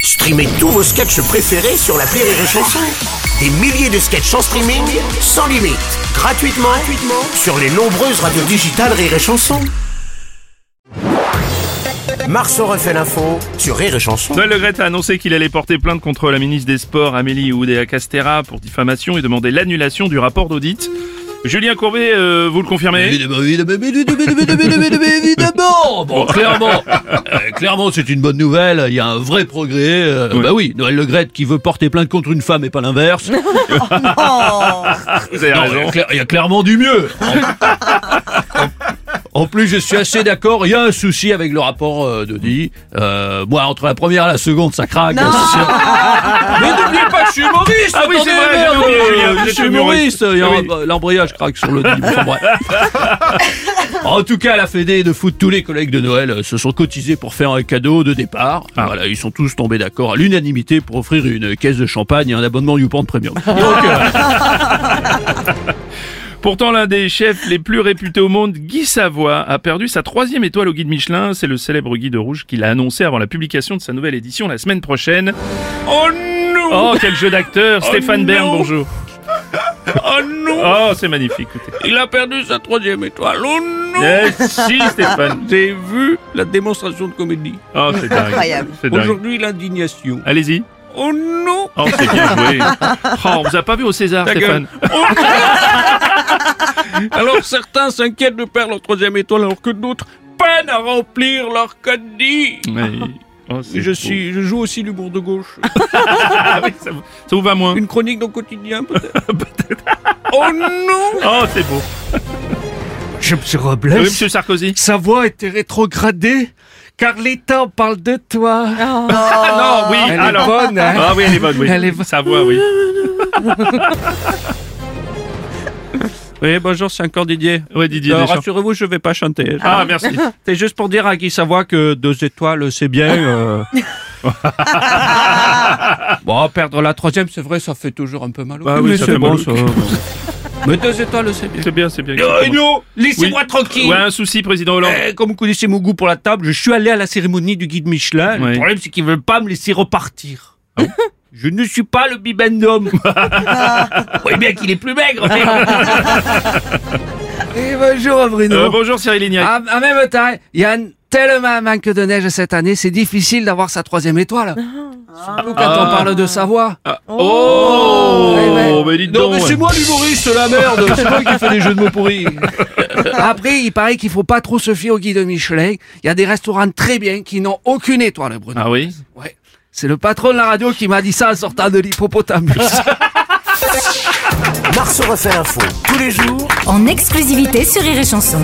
Streamez tous vos sketchs préférés sur la Rire et Chanson. Des milliers de sketchs en streaming, sans limite, gratuitement, gratuitement sur les nombreuses radios digitales Rire et Chanson. Marceau refait l'info sur Rire et Chanson. Noël Le Gret a annoncé qu'il allait porter plainte contre la ministre des Sports Amélie Oudéa-Castera pour diffamation et demander l'annulation du rapport d'audit. Julien Courbet, euh, vous le confirmez Évidemment, évidemment, évidemment, évidemment, évidemment, évidemment. Bon, clairement, euh, clairement, c'est une bonne nouvelle. Il y a un vrai progrès. Euh, Bah oui, Noël Le Graët qui veut porter plainte contre une femme et pas l'inverse. Non, Vous il, avez y raison. a cla- il y a clairement du mieux. En plus, je suis assez d'accord. Il y a un souci avec le rapport euh, d'audit. Euh, moi, entre la première et la seconde, ça craque. C'est- Mais n'oubliez pas que je suis humoriste. Ah oui, c'est attendez, vrai, merde, j'avais oublié, euh, vous je êtes suis humoriste. humoriste. Ah Il y a Oui. un- L'embrayage craque sur le dit. Enfin, bref. En tout cas, la Fédé de foot, tous les collègues de Noël euh, se sont cotisés pour faire un cadeau de départ. Ah. Voilà, ils sont tous tombés d'accord à l'unanimité pour offrir une caisse de champagne et un abonnement YouPorn Premium. Donc, euh, Pourtant, l'un des chefs les plus réputés au monde, Guy Savoie, a perdu sa troisième étoile au guide Michelin. C'est le célèbre guide rouge qu'il a annoncé avant la publication de sa nouvelle édition la semaine prochaine. Oh non Oh, quel jeu d'acteur Stéphane non. Bern, bonjour. Oh non Oh, c'est magnifique, écoutez. Il a perdu sa troisième étoile. Oh non Eh, si, Stéphane. J'ai vu la démonstration de comédie. Oh, c'est dingue. Incroyable. C'est dingue. Aujourd'hui, l'indignation. Allez-y. Oh non Oh, c'est bien joué. Oh, on vous a pas vu au Ah, César, Ta Stéphane. gueule. Oh non Alors certains s'inquiètent de perdre leur troisième étoile alors que d'autres peinent à remplir leur caddie. Ouais. Oh, c'est Je, beau. suis, je joue aussi l'humour de gauche. Ah oui, ça, vous- ça vous va moins. Une chronique dans le quotidien peut-être Oh non Oh, c'est beau. Je me Oui, Robles, monsieur Sarkozy. sa voix était rétrogradée car l'État parle de toi. Ah non, oui, Oh, Elle alors. est bonne, hein Ah oui, elle est bonne, oui. Elle est bonne. Sa voix, oui. Oui, bonjour, c'est encore Didier. Ouais, Didier Euh, Oh, Deschamps. Rassurez-vous, je vais pas chanter. Ah, merci. C'est juste pour dire à Guy Savoie que deux étoiles, c'est bien. euh. bon, perdre la troisième, c'est vrai, ça fait toujours un peu mal. au Bah cul, oui, mais ça c'est fait bon, mal au ça. Mais deux étoiles, c'est bien. C'est bien, c'est bien. Oh non Laissez-moi Oui. tranquille Ouais, un souci, président Hollande. Eh, Comme vous connaissez mon goût pour la table, je suis allé à la cérémonie du guide Michelin. Ouais. Le problème, c'est qu'ils veulent pas me laisser repartir. Ah Je ne suis pas le bibendum. oui, bien qu'il est plus maigre. mais- Et bonjour Bruno. Euh, bonjour, Cyril Lignac. En- en même temps, il y a un- tellement un manque de neige cette année, c'est difficile d'avoir sa troisième étoile. Ah. Surtout quand on parle de sa voix. Ah. Oh, Ouais, ouais. mais dites non, donc. mais c'est moi l'humoriste, la merde. C'est moi qui fais des jeux de mots pourris. Après, il paraît qu'il faut pas trop se fier au guide Michelin. Il y a des restaurants très bien qui n'ont aucune étoile, Bruno. Ah oui Ouais. C'est le patron de la radio qui m'a dit ça en sortant de l'hippopotamus. Marceau refait l'info tous les jours en exclusivité sur Rire et Chanson.